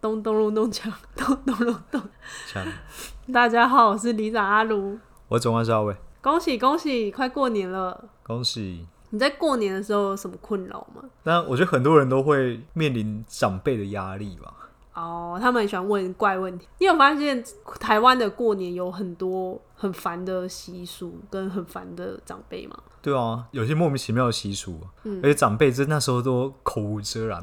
咚咚隆咚锵，咚咚隆咚。强，大家好，我是里长阿卢，我总冠是阿伟，恭喜恭喜，快过年了！恭喜。你在过年的时候有什么困扰吗？那我觉得很多人都会面临长辈的压力吧。哦、他们很喜欢问怪问题。你有发现台湾的过年有很多很烦的习俗跟很烦的长辈吗？对啊，有些莫名其妙的习俗，啊嗯而且长辈真那时候都口无遮 拦，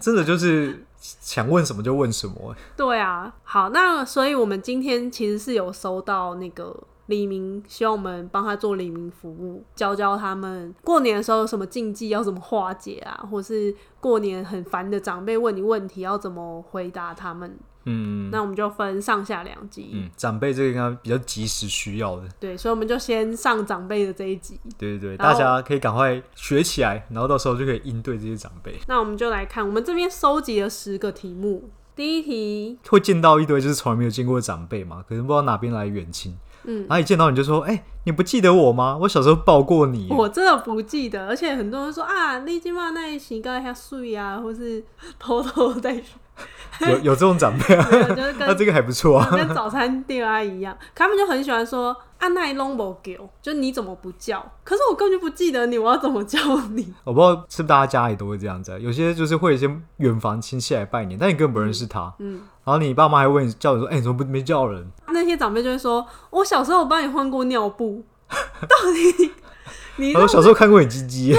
真的就是想问什么就问什么。对啊，好，那所以我们今天其实是有收到那个黎明，希望我们帮他做黎明服务，教教他们过年的时候有什么禁忌要怎么化解啊，或是过年很烦的长辈问你问题要怎么回答他们。嗯那我们就分上下两集，嗯，长辈这个应该比较及时需要的。对，所以我们就先上长辈的这一集。对对对，然大后家可以赶快学起来，然后到时候就可以应对这些长辈。那我们就来看，我们这边收集了十个题目。第一题，会见到一堆就是从来没有见过的长辈嘛，可能不知道哪边来的远亲。嗯，然后一见到你就说：“哎、你不记得我吗？我小时候抱过你。”我真的不记得，而且很多人说啊，你今晚那一起跟一下睡啊，或是偷偷在 学，有有这种长辈啊，就是那跟这个还不错啊。 跟早餐店阿姨一样，他们就很喜欢说啊，那你拢无叫，就你怎么不叫？可是我根本就不记得你，我要怎么叫你？我不知道是不是大家家里都会这样子啊、有些就是会有一些远房亲戚来拜年，但你根本不认识他，嗯，然后你爸妈还问你叫你说，哎、你怎么不没叫人？那些长辈就会说，我小时候我帮你换过尿布，到底 你你他说小时候看过你鸡鸡，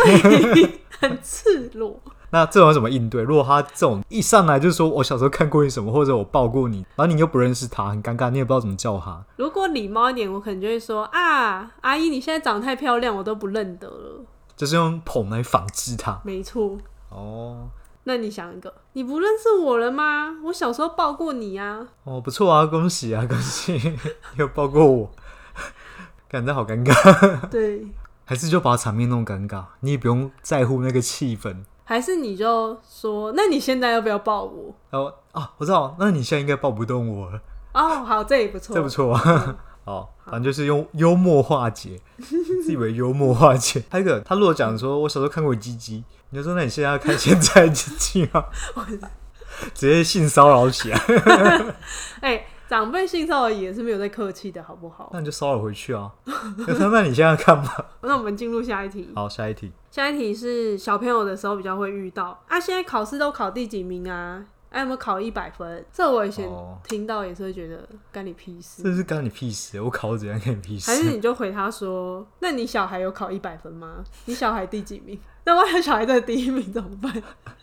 很赤裸。 那这种要怎么应对？如果他这种一上来就说我小时候看过你什么，或者我抱过你，然后你又不认识他，很尴尬，你也不知道怎么叫他。如果礼貌一点，我可能就会说啊，阿姨你现在长得太漂亮，我都不认得了。就是用捧来仿制他没错，哦那你想一个，你不认识我了吗？我小时候抱过你啊。哦，不错啊，恭喜啊，恭喜， 你有抱过我， 感觉好尴尬。对，还是就把场面弄尴尬，你也不用在乎那个气氛。还是你就说，那你现在要不要抱我？然后啊，我知道，那你现在应该抱不动我了，哦，好，这也不错，这不错啊。好，反正就是用幽默化解， 自以为幽默化解。还有一个，他如果讲说我小时候看过你鸡鸡，你就说那你现在要看现在的鸡鸡吗？ 直接性骚扰起 来， 哎、长辈性骚扰也是没有在客气的，好不好那？你就骚扰回去啊。那他那你现在要看吗？那我们进入下一题。 好，下一题。下一题是小朋友的时候比较会遇到啊，现在考试都考第几名啊？哎、有没有考一百分？这我以前哦听到也是会觉得干你屁事。这是干你屁事！我考怎样干你屁还是事？你就回他说：“那你小孩有考一百分吗？你小孩第几名？ 那万一小孩在第一名怎么办？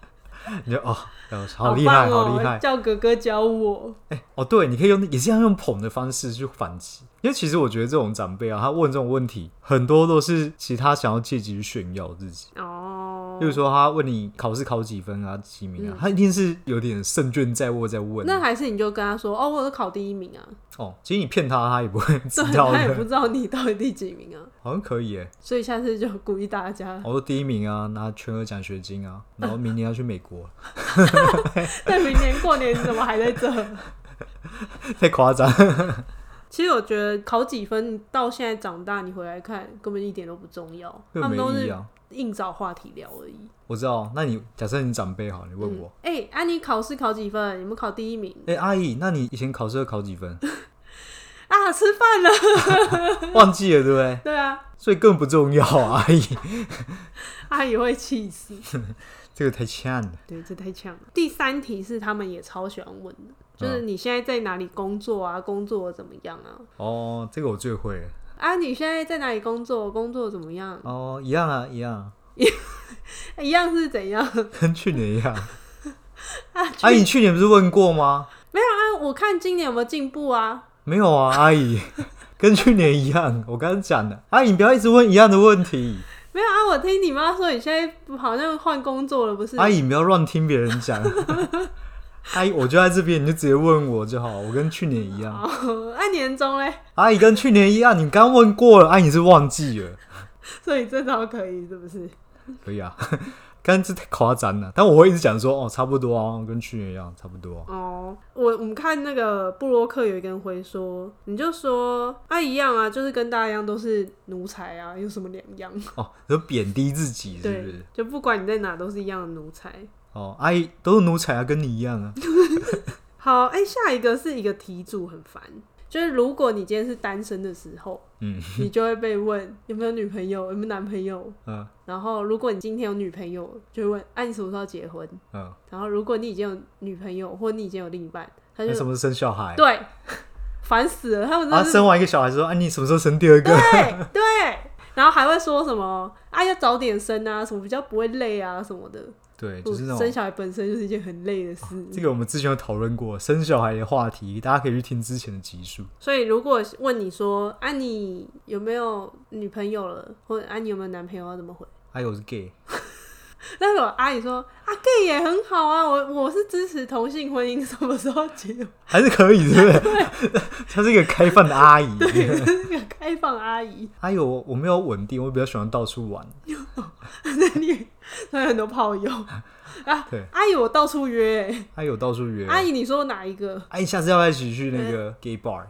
你就哦，哎呦 好厉害，棒哦好厉害！叫哥哥教我。哦，对，你可以用也是要用捧的方式去反击，因为其实我觉得这种长辈啊，他问这种问题，很多都是其他想要借机去炫耀自己。哦例，如说，他问你考试考几分啊，几名啊，他一定是有点胜券在握在问。嗯那还是你就跟他说：“哦，我有考第一名 啊。哦，其实你骗他，他也不会” 知对，道他也不的。知道你到底第几名啊。 好像可以耶，所以下次就鼓励大家 我说第一名啊，拿全额奖学金啊，然后明年要去美国， 在明年过年你怎么还在这？ 太夸张。其实我觉得考几分到现在长大，你回来看根本一点都不重要，根本他们都没意义是啊硬找话题聊而已。我知道，那你假设你长辈好，你问我，哎、安、妮考试考几分？有没有考第一名？哎、阿姨，那你以前考试都考几分？ 啊，吃饭了。忘记了对不对？对啊，所以更不重要啊，阿姨，阿姨会气死。 这个太欠了。对，这太呛了。第三题是他们也超喜欢问的，就是你现在在哪里工作啊？工作怎么样啊？哦，这个我最会了。啊，你现在在哪里工作？工作怎么样？哦，一样啊，一 样，一样是怎样？ 跟去年一样。阿姨，你去年不是问过吗？啊，我看今年有没有进步啊？没有啊，阿 姨，跟去年一样。我刚刚讲的，阿姨，你不要一直问一样的问题。没有啊，我听你妈说你现在好像换工作了，不是？ 阿姨，你不要乱听别人讲。阿姨，我就在这边，你就直接问我就好，我跟去年一样。哦，按年终嘞，阿姨跟去年一样，你刚问过了，阿姨你是忘记了，所以这招可以是不是？可 以啊。刚这太夸张了，但我会一直讲说，哦，差不多啊，跟去年一样，差不多啊、哦，我我们看那个布洛克有一个人回说，你就说啊一样啊，就是跟大家一样都是奴才啊，有什么两样？哦，有贬低自己是不对是？，就不管你在哪都是一样的奴才。哦，阿姨都是奴才啊，跟你一样啊。 好，哎、下一个是一个题组很烦，就是如果你今天是单身的时候，嗯你就会被问有没有女朋友，有没有男朋友。嗯然后如果你今天有女朋友，就会问，哎、你什么时候结婚？嗯，然后如果你已经有女朋友，或你已经有另一半，他那就什么时候生小孩？对，烦死了，他们真啊，的是、生完一个小孩之后，啊，你什么时候生第二 个？对对，然后还会说什么啊要早点生啊，什么比较不会累啊什么的，对，不就是那生种。小孩本身就是一件很累的事。这个我们之前有讨论过生小孩的话题，大家可以去听之前的集数。所以如果问你说啊你有没有女朋友了，或者啊你有没有男朋友，要怎么回？还有是 gay，那如果阿姨说啊 gay 也很好啊，我我是支持同性婚姻，什么时候结婚？ 还是可以，是不是？她是一个开放的阿 姨。对，是个开放阿姨， 阿姨，我我没有稳定，我比较喜欢到处玩。那你那很多 炮友啊对，啊阿姨我到处约、欸阿姨，我到处约。阿姨，你说哪一个？阿姨，下次要不要一起去那个 gay bar？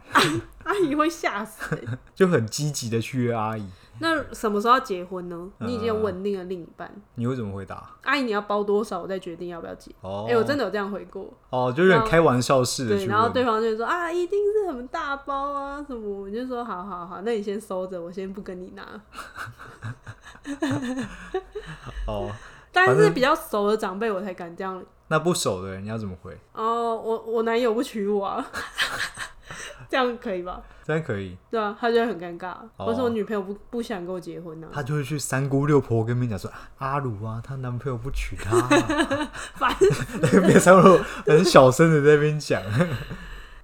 阿姨会吓死、欸。就很积极的去约阿姨。那什么时候要结婚呢？嗯你已经有稳定的另一半，你会怎么回答？阿姨你要包多少，我再决定要不要结。哦哎、，我真的有这样回过。哦，就有点开玩笑式的对，去然后问。对方就说啊，一定是很大包啊什么，我就说好好好，那你先收着，我先不跟你拿。哦，但是比较熟的长辈我才敢这样。那不熟的人你要怎么回？哦，我我男友不娶我啊， 这样可以吧？这样可以，对啊，他就会很尴尬。哦我说我女朋友不不想跟我结婚啊，她就会去三姑六婆跟别人讲说啊阿鲁啊，她男朋友不娶她、啊 烦。 那边三姑六婆很小声的在那边讲。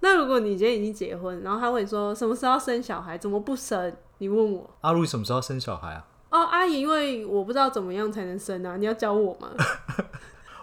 那如果你今天已经结婚，然后他问你说什么时候要生小孩，怎么不生？你问我阿鲁什么时候生小孩啊？哦，阿姨，因为我不知道怎么样才能生啊，你要教我 吗？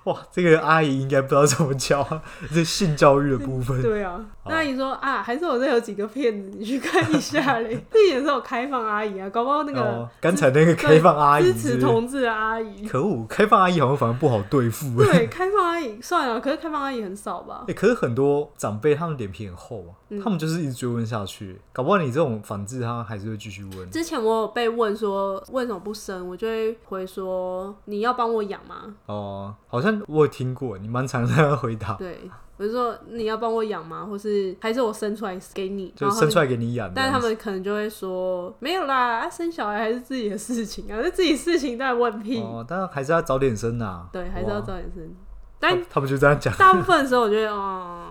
哇，这个阿姨应该不知道怎么教啊， 这性教育的部分。对啊，好那阿姨说啊，还是我这有几个骗子，你去看一下嘞。 这也是有开放阿姨啊，搞不好那个、哦，刚才那个开放阿姨支是持不是同志的阿姨，可恶，开放阿姨好像反而不好对付。 对，开放阿姨算了，可是开放阿姨很少吧哎、？可是很多长辈他们脸皮很厚啊，嗯他们就是一直追问下去，搞不好你这种反制，他还是会继续问。之前我有被问说为什么不生，我就会回说你要帮我养吗？哦、好像我有听过，你蛮常这样回答，对，我就说你要帮我养吗？或是还是我生出来给你？就然后他生们出来给你养。但是他这样子们可能就会说没有啦，啊、生小孩还是自己的事情啊，那 自己事情当然问屁。哦，当然还是要早点生啊。对，还是要哇早点生。但他他们就这样讲，大部分的时候，我觉得，嗯，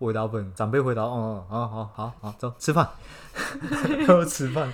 回答本长辈回答，哦、嗯，好好好好，走吃 饭，要吃饭，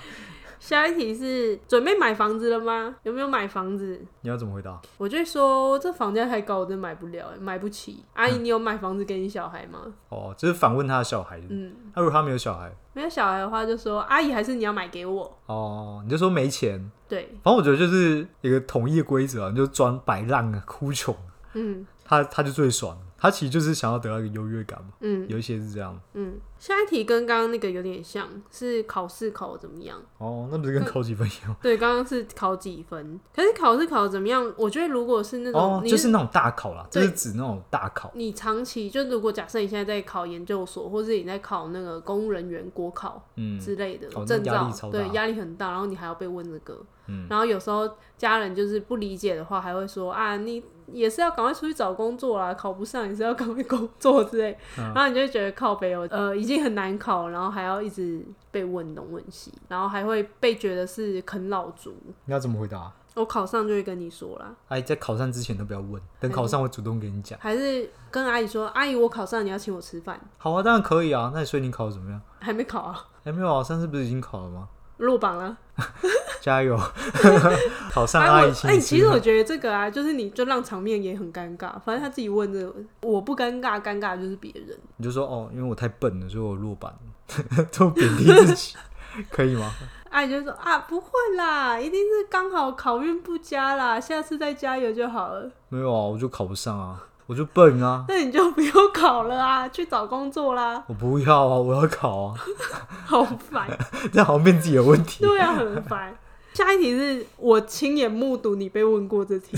下一题是准备买房子了吗？有没有买房子？你要怎么回答？我就会说这房价太高，我真买不了、欸买不起。阿姨，你有买房子给你小孩吗？哦，就是反问他的小孩。嗯，那、如果他没有小孩，没有小孩的话，就说阿姨还是你要买给我。哦，你就说没钱。对，反正我觉得就是一个统一的规则啊，你就装摆烂啊，哭穷。嗯他他就最爽，他其实就是想要得到一个优越感嘛。嗯有一些是这样，嗯。下一题跟刚刚那个有点像，是考试考得怎么样？哦，那不是跟考几分一样？对，刚刚是考几分，可是考试考得怎么样？我觉得如果是那种、哦，你就是那种大考啦，就对是指那种大考。你长期就如果假设你现在在考研究所，或是你在考那个公务人员国考嗯之类的哦那证压照力，超大对，压力很大，然后你还要被问这个，嗯然后有时候家人就是不理解的话，还会说啊，你也是要赶快出去找工作啦，考不上也是要赶快工作之类，嗯然后你就会觉得靠北哦，呃，已经很难考，然后还要一直被问东问西，然后还会被觉得是啃老族。你要怎么回答？我考上就会跟你说啦，哎，在考上之前都不要问，等考上我主动给你讲。还是跟阿姨说，阿姨我考上，你要请我吃饭，好啊，当然可以啊。那所以你考得怎么样？还没考啊。 哎，没有啊，上次不是已经考了吗？ 落榜了。加油， 考上哎阿我姨请哎，你其实吃我饭。觉得这个啊，就是你就让场面也很尴尬。反正他自己问这个，我不尴尬，尴尬的就是别人。你就说哦，因为我太笨了，所以我落榜了， 这么贬低自己， 可以吗？哎，就说啊，不会啦，一定是刚好考运不佳啦，下次再加油就好了。没有啊，我就考不上啊。我就笨啊，那你就不用考了啊， 去找工作啦，我不要啊，我要考啊， 好烦。这好像变自己的问题。对啊，很烦。下一题是我亲眼目睹你被问过 这题，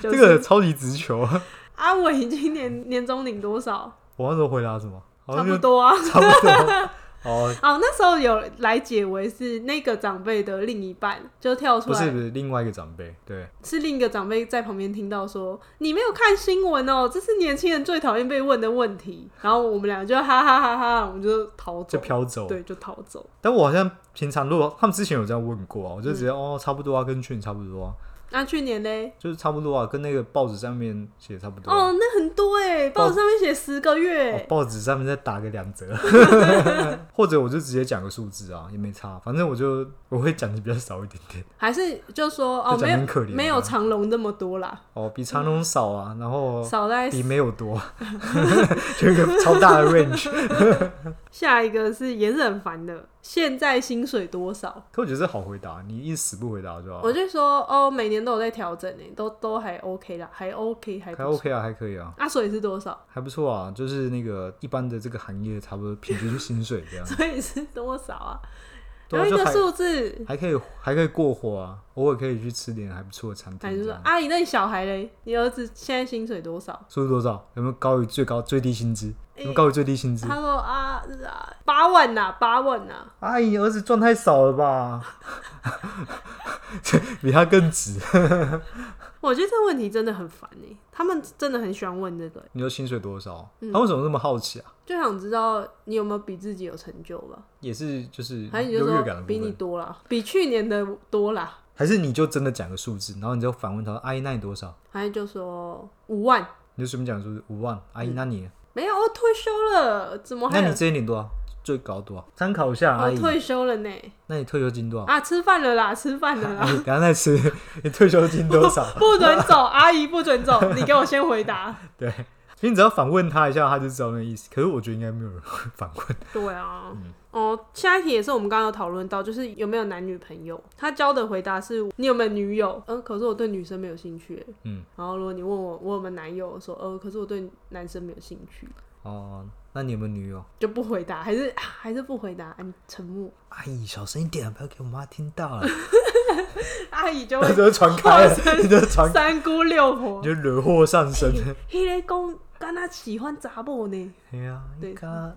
就这是、个超级直球，啊！阿伟今年 年终领多少？我那时候回答什么？好差像不就多啊。差不 多。哦，哦，那时候有来解围是那个长辈的另一半就跳出不来，是不是，另外一个长辈，对，是另一个长辈在旁边听到说：“你没有看新闻哦，这是年轻人最讨厌被问的问题。”然后我们俩就哈哈哈哈，我们就逃走，就飘走。对，就逃走。但我好像平常如果他们之前有这样问过啊，我就直接、嗯哦，差不多啊，跟去年差不多啊，那去年嘞？就是差不多啊，跟那个报纸上面写差不多啊。哦，那很多哎，报纸上面写十个哦月，报纸上面再打个两 折，或者我就直接讲个数字啊，也没差，反正我就我会讲的比较少一点点，还是就说哦，就讲没得很可有怜啊没有长隆那么多啦，哦，比长隆少啊，然后少在比没有多， 就一个超大的 range。 下一个是也是很烦的。现在薪水多少？可我觉得这好回答，你一死不回答就好我，就说哦，每年都有在调整诶，都都还 OK 啦，还 OK 还还不错。 OK 啊，还可以啊，啊，所以是多少？，还不错啊，就是那个一般的这个行业差不多平均薪水这样所以是多少啊？对有啊，一就个还数字，还可以还可以过活啊，偶尔可以去吃点还不错的餐还是厅这说样。阿姨，那啊你小孩嘞？你儿子现在薪水多少？收入多少？有没有高于最高最低薪资？有没有诶高于最低薪资？他说啊是啊，八万呐、八万呐、阿姨儿子赚太少了吧？ 比他更值。我觉得这问题真的很烦哎、他们真的很喜欢问这个欸、你说薪水多少？嗯他为什么那么好奇啊？就想知道你有没有比自己有成就吧？也是就是还是嗯你优就越说感的比部你分，多啦，比去年的多啦，还是你就真的讲个数字，然后你就反问他，阿姨那你多少？还是就说五万？你就随便讲数字五万。阿姨那你呢，没有，我退休了，怎嗯么还那有你？这一年多少？最高多少？参考一下阿我姨。哦哦退休了呢，那你退休金多少？啊，吃饭了啦，吃饭了啦，你等一下再吃， 你退休金多少？不准走， 阿姨不准走，你给我先 回答。对，其实你只要反问他一下，他就知道那个意思。可是我觉得应该没有人会反问。对啊，嗯哦，下一题也是我们刚刚有讨论到，就是有没有男女朋友？他教的回答是你有没有女友？嗯，可是我对女生没有兴趣。嗯，然后如果你问我我有没有男友，我说呃，可是我对男生没有兴趣，哦，那你有没有女友？就不回答，还是啊还是不回答，嗯，沉默。 阿姨，小声一点，不要给我妈听到了。阿姨 就那会时候传 开了，你就传，三姑六婆你，就惹祸上身。 黑雷公跟他喜欢杂某呢，哎呀，对刚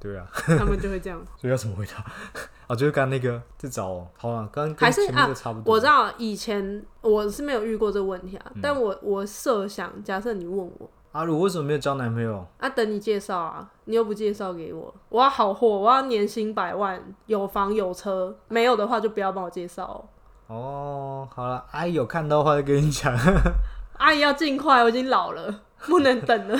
对啊，他们就会这样。所以要怎么回答？ 啊，就是刚刚那个这找哦好了，刚刚还跟是前面啊的差不，多。我知道以前我是没有遇过这个问题啊，嗯但我我设想，假设你问我，阿鲁为什么没有交男朋友？啊，等你介绍啊，你又不介绍给我，我要好货，我要年薪百万，有房有车，没有的话就不要帮我介绍、哦。哦，好了，阿姨有看到的话就跟你讲，阿姨要尽快，我已经老了，不能 等了。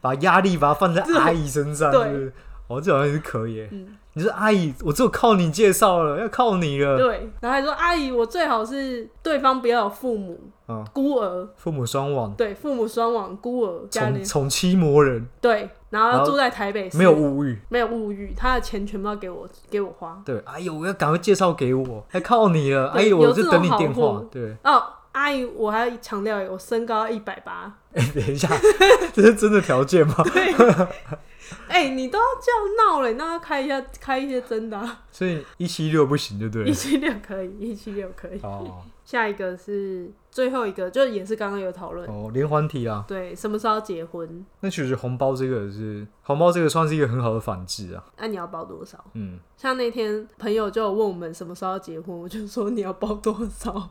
把压力把它 放在阿姨身上，对是不是？哦，这好像也是可以耶。嗯你说阿姨，我只有靠你介绍了，要靠你了。对，然后还说阿姨，我最好是对方不要有父母、嗯，孤儿，父母双亡，对，父母双亡、孤儿家宠里，宠妻魔人，对，然后然要后住在台北市，没有物欲。没有物欲，他的钱全部要给我给我花。对，哎呦，我要赶快介绍给我，还靠你了，哎对呦，有我就这等你种电好话货。对， 哦，阿姨，我还要强调，我身高一百八，哎、等一下， 这是真的条件吗？ 哎、你都要叫闹了，那要开一下开一些真的、啊，所以一七六不行，对不一对？七六可以，一七六可以。哦下一个是最后一个，就也是刚刚有讨论，哦，连环体啊，对，什么时候要结婚？那其实红包这个是红包这个算是一个很好的反制啊。那、你要包多少？嗯，像那天朋友就有问我们什么时候要结婚，我就说你要包多 少。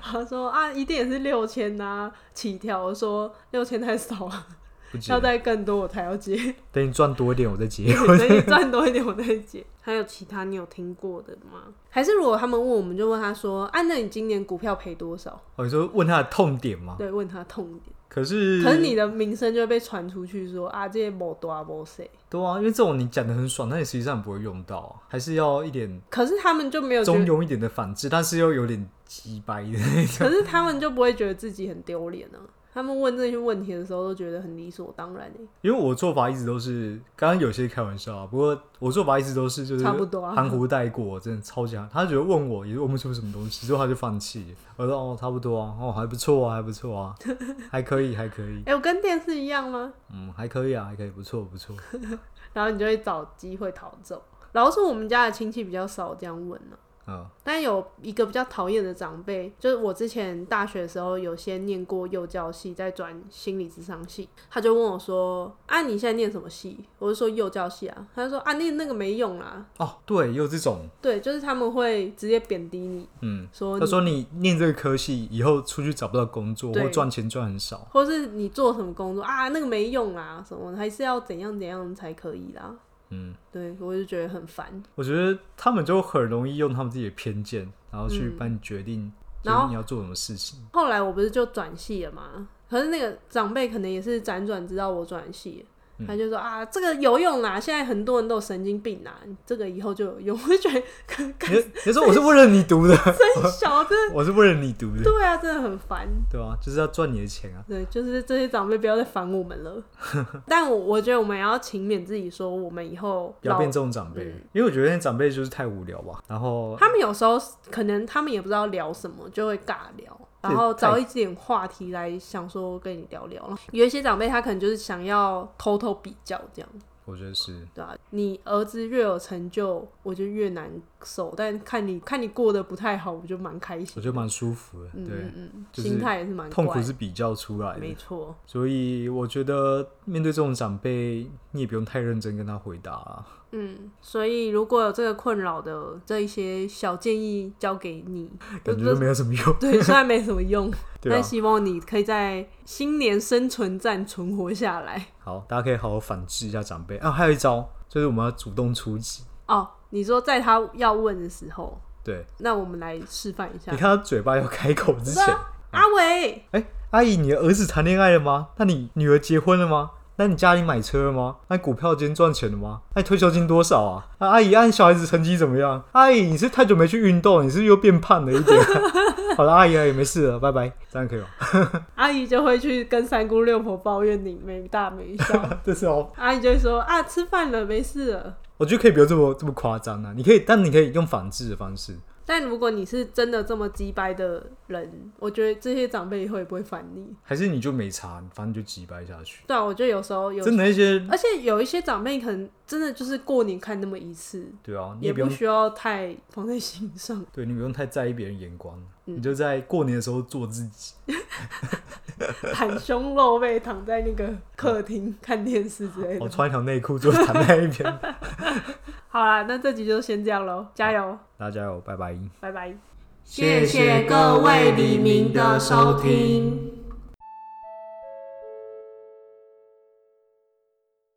他说啊，一定也是六千呐、起跳。我说六千太少了，不止要，再更多我才要结。等你赚多一点，我再 结。 等你赚多一点，我再解。还有其他你有听过的吗？还是如果他们问，我们就问他说：“啊，那你今年股票赔多少哦我、你说问他的痛点嘛？”，对，问他痛点。可是可是你的名声就会被传出去说啊，这些某多某谁。对啊，因为这种你讲的很爽，但你实际上不会用到、啊，还是要一点可是他们就没有觉中得，庸一点的反制，但是又有点鸡掰的那种。 可是他们就不会觉得自己很丢脸呢。啊他们问这些问题的时候都觉得很理所当然欸诶，因为我做法一直都是，刚刚有些开玩笑啊，不过我做法一直都是就是差不多啊含糊带过，真的超级含。他觉得问我也问不出什么东西，之后他就放弃。我说哦，差不多啊，哦还不错啊，还不错啊， 还可以，还可以，哎、我跟电视一样吗？嗯，还可以啊，还可以，不错不错。然后你就会找机会逃走。老实说，我们家的亲戚比较少这样问啊呢、嗯，但有一个比较讨厌的长辈，就是我之前大学的时候有先念过幼教系，再转心理智商系，他就问我说：“啊，你现在念什么系？”我就说幼教系啊，他就说：“啊，念那个没用啦。哦，对，也有这种，”对，就是他们会直接贬低你，嗯，说他你，说你念这个科系以后出去找不到工作，对或赚钱赚很少。或是你做什么工作啊，那个没用啦，什么还是要怎样怎样才可以啦。嗯，对我就觉得很烦。我觉得他们就很容易用他们自己的偏见，然后去帮你决定，决嗯然后定你要做什么事情。后来我不是就转系了嘛，可是那个长辈可能也是辗转知道我转系嗯了，他就说、啊，这个有用啦，现在很多人都有神经病啦，这个以后就有用。我就觉得干干你你说我是为了你读的， 真小，真的我是为了你读的，对啊，真的很烦。对吧、就是要赚你的钱啊。对，就是这些长辈不要再烦我们 了。但我我觉得我们也要勤勉自己，说我们以后不要老嗯变这种长辈，因为我觉得那长辈就是太无聊吧。然后他们有时候可能他们也不知道聊什么，就会尬聊，然后找一点话题来想说跟你聊聊。有一些长辈他可能就是想要偷偷比较这样，我觉得是，对吧、啊你儿子越有成就，我就越难受，但看你看你过得不太好，我就蛮开心的。我觉得蛮舒服的，嗯对嗯，嗯，就是心态也是蛮痛怪苦的是比较出来的，没错，所以我觉得面对这种长辈，你也不用太认真跟他回答啊。嗯，所以如果有这个困扰的这一些小建议交给你，感觉就没有什么用，对，虽然没什么用，对但啊。希望你可以在新年生存战存活下来。好，大家可以好好反制一下长辈啊。还有一招就是我们要主动出击，哦，你说在他要问的时候，对那我们来示范一下你。看他嘴巴要开口之前，阿伟，哎、阿姨，你的儿子谈恋爱了吗？那你女儿结婚了吗？那你家里买车了吗？那你股票今天赚钱了吗？那你退休金多少啊？啊阿姨，按、你小孩子成绩怎么样？阿姨，你是太久没去运动，你是不是又变胖了一 点、好了，阿姨，阿姨没事了，拜拜，这样可以吗？ 阿姨就会去跟三姑六婆抱怨你没大没小，这是哦，阿姨就会说啊，吃饭了，没事了。我觉得可以不用这么这么夸张啊。你可以，但你可以用反制的方式。但如果你是真的这么鸡掰的人，我觉得这些长辈会不会烦你？还是你就没查，反正就击败下去。对啊，我觉得有时候有，真的那些，而且有一些长辈可能真的就是过年看那么一次，对啊，你也也不用不，需要太放在心 上。对你不用太在意别人眼光，嗯你就在过年的时候做自己。袒胸露背躺在那个客厅看电视之类的我。哦穿一条内裤就躺在一边。 好啦，那这集就先这样喽，加油，大家有，拜拜。拜拜。谢谢各位黎明的收听。